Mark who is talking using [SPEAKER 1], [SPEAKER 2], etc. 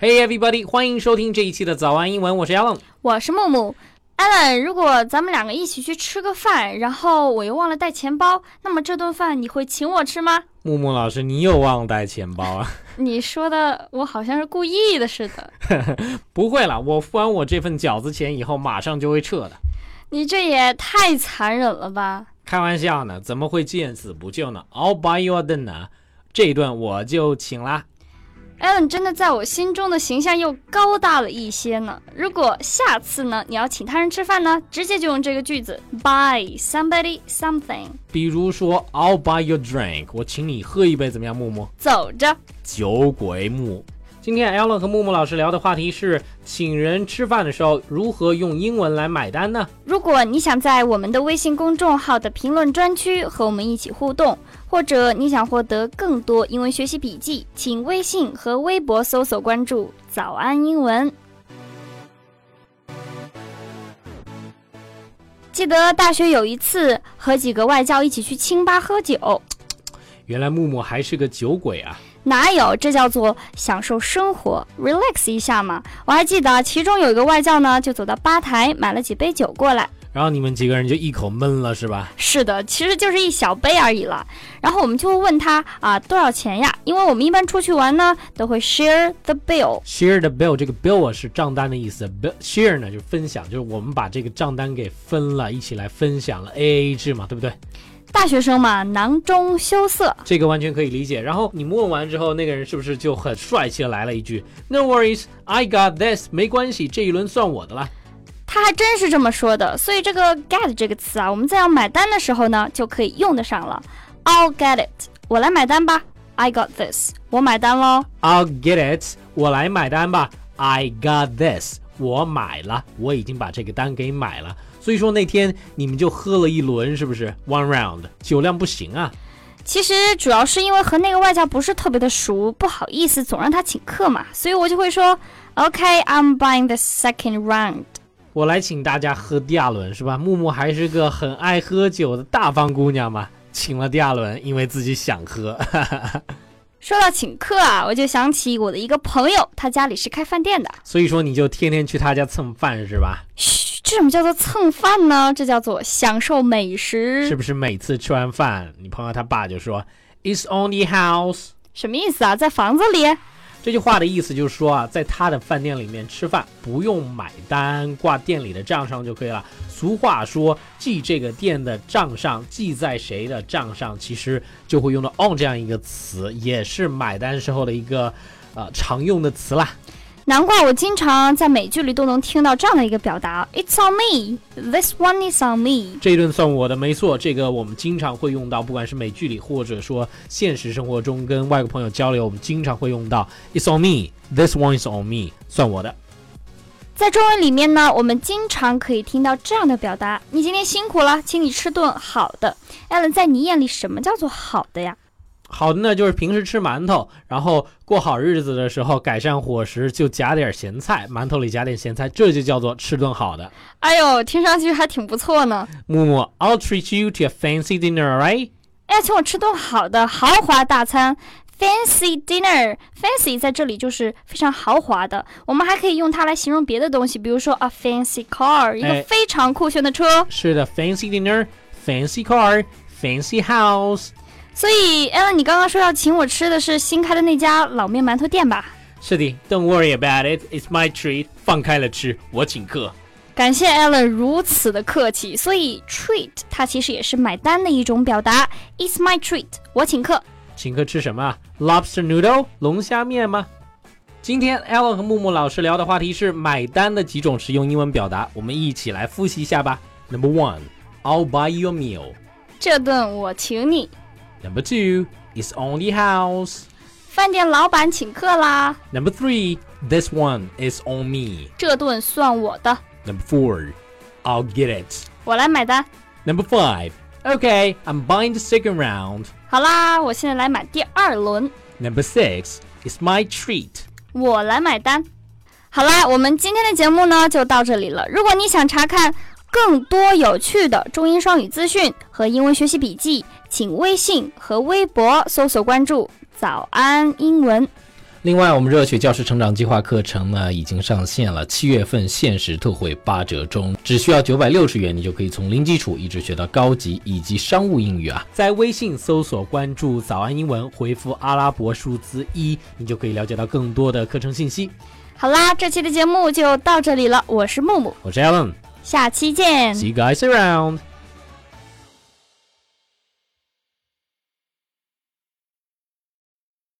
[SPEAKER 1] Hey everybody，欢迎收听这一期的早安英文，我是 Alan。
[SPEAKER 2] 我是木木。Allen，如果咱们两个一起去吃个饭，然后我又忘了带钱包，那么这顿饭你会请我吃吗？
[SPEAKER 1] 木木老师，你又忘带钱包 啊？
[SPEAKER 2] 你说的我好像是故意的似的。
[SPEAKER 1] 不会啦，我付完我这份饺子钱以后，马上就会撤的。
[SPEAKER 2] 你这也太残忍了吧！
[SPEAKER 1] 开玩笑呢，怎么会见死不救呢？I'll buy you a dinner，这一顿我就请啦。
[SPEAKER 2] Allen 真的在我心中的形象又高大了一些呢。如果下次呢你要请他人吃饭呢，直接就用这个句子 buy somebody something。
[SPEAKER 1] 比如说，I'll buy you a drink，我请你喝一杯，怎么样，木木？
[SPEAKER 2] 走着，
[SPEAKER 1] 酒鬼木。今天 Alan 和木木老师聊的话题是，请人吃饭的时候如何用英文来买单呢？
[SPEAKER 2] 如果你想在我们的微信公众号的评论专区和我们一起互动，或者你想获得更多英文学习笔记，请微信和微博搜索关注“早安英文”。记得大学有一次和几个外教一起去清吧喝酒，
[SPEAKER 1] 原来木木还是个酒鬼啊！
[SPEAKER 2] 哪有？这叫做享受生活，relax 一下嘛。我还记得其中有一个外教呢，就走到吧台买了几杯酒过来。
[SPEAKER 1] 然后你们几个人就一口闷了，是吧？
[SPEAKER 2] 是的，其实就是一小杯而已了。然后我们就会问他啊，多少钱呀？因为我们一般出去玩呢，都会 share the bill。
[SPEAKER 1] Share the bill，这个 bill 啊是账单的意思，bill share 呢就是分享，就是我们把这个账单给分了，一起来分享了，A A 制嘛，对不对？
[SPEAKER 2] 大学生嘛，囊中羞涩。
[SPEAKER 1] 这个完全可以理解。然后你问完之后，那个人是不是就很帅气的来了一句，No worries，I got this，没关系，这一轮算我的啦。
[SPEAKER 2] 他还真是这么说的。所以这个 get 这个词啊，我们在要买单的时候呢，就可以用得上了。I'll get it，我来买单吧。I got this，我买单喽。
[SPEAKER 1] I'll get it，我来买单吧。I got this，我买了，我已经把这个单给买了。所以说那天你们就喝了一轮，是不是？One round，酒量不行啊。
[SPEAKER 2] 其实主要是因为和那个外教不是特别的熟，不好意思总让他请客嘛，所以我就会说，OK，I'm、buying the second round。
[SPEAKER 1] 我来请大家喝第二轮是吧？木木还是个很爱喝酒的大方姑娘嘛，请了第二轮，因为自己想喝。
[SPEAKER 2] 说到请客啊，我就想起我的一个朋友，他家里是开饭店的。
[SPEAKER 1] 所以说你就天天去他家蹭饭是吧？
[SPEAKER 2] 嘘，这什么叫做蹭饭呢？这叫做享受美食。
[SPEAKER 1] 是不是每次吃完饭，你朋友他爸就说 "It's on the house"？
[SPEAKER 2] 什么意思啊？在房子里？
[SPEAKER 1] 这句话的意思就是说啊，在他的饭店里面吃饭不用买单，挂店里的账上就可以了。俗话说，记这个店的账上，记在谁的账上，其实就会用到 on 这样一个词，也是买单时候的一个呃常用的词啦。
[SPEAKER 2] 难怪我经常在美剧里都能听到这样的一个表达：It's on me, this one is on me。
[SPEAKER 1] 这一顿算我的，没错，这个我们经常会用到，不管是美剧里，或者说现实生活中跟外国朋友交流，我们经常会用到 "It's on me, this one is on me"，算我的。
[SPEAKER 2] 在中文里面呢，我们经常可以听到这样的表达：你今天辛苦了，请你吃顿好的。艾伦，在你眼里什么叫做好的呀？
[SPEAKER 1] 好的呢，就是平时吃馒头，然后过好日子的时候改善伙食，就夹点咸菜，馒头里夹点咸菜，这就叫做吃顿好的。
[SPEAKER 2] 哎呦，听上去还挺不错呢。
[SPEAKER 1] 木木，I'll treat you to a fancy dinner, alright？
[SPEAKER 2] 哎，请我吃顿好的豪华大餐，fancy dinner。fancy 在这里就是非常豪华的，我们还可以用它来形容别的东西，比如说 a fancy car，一
[SPEAKER 1] 哎
[SPEAKER 2] 个非常酷炫的车。
[SPEAKER 1] 是的，fancy dinner, fancy car, fancy house。
[SPEAKER 2] 所以，艾伦，你刚刚说要请我吃的是新开的那家老面馒头店吧？
[SPEAKER 1] 是的，Don't worry about it, it's my treat。放开了吃，我请客。
[SPEAKER 2] 感谢 Alan 如此的客气，所以 treat 它其实也是买单的一种表达。It's my treat，我请客。
[SPEAKER 1] 请客吃什么啊？Lobster noodle，龙虾面吗？今天 Alan 和木木老师聊的话题是买单的几种实用英文表达，我们一起来复习一下吧。Number one, I'll buy you a meal.
[SPEAKER 2] 这顿我请你，
[SPEAKER 1] Number two, it's on the house.
[SPEAKER 2] 饭店老板请客啦，
[SPEAKER 1] Number three, this one is on me.
[SPEAKER 2] 这顿算我的，
[SPEAKER 1] Number four, I'll get it.
[SPEAKER 2] 我来买单。
[SPEAKER 1] Number five, okay, I'm buying the second round.
[SPEAKER 2] 好啦，我现在来买第二轮，
[SPEAKER 1] Number six, it's my treat.
[SPEAKER 2] 我来买单。好啦，我们今天的节目呢就到这里了。如果你想查看更多有趣的中英双语资讯和英文学习笔记，请微信和微博搜索关注“早安英文”。
[SPEAKER 1] 另外，我们热血教师成长计划课程呢已经上线了，七月份限时特惠八折中，只需要九百六十元，你就可以从零基础一直学到高级以及商务英语啊。
[SPEAKER 3] 在微信搜索关注“早安英文”，回复阿拉伯数字一，你就可以了解到更多的课程信息。
[SPEAKER 2] 好啦，这期的节目就到这里了，我是木木，
[SPEAKER 3] 我是 Alan，
[SPEAKER 2] 下期见。
[SPEAKER 1] 嗯
[SPEAKER 3] see you guys around。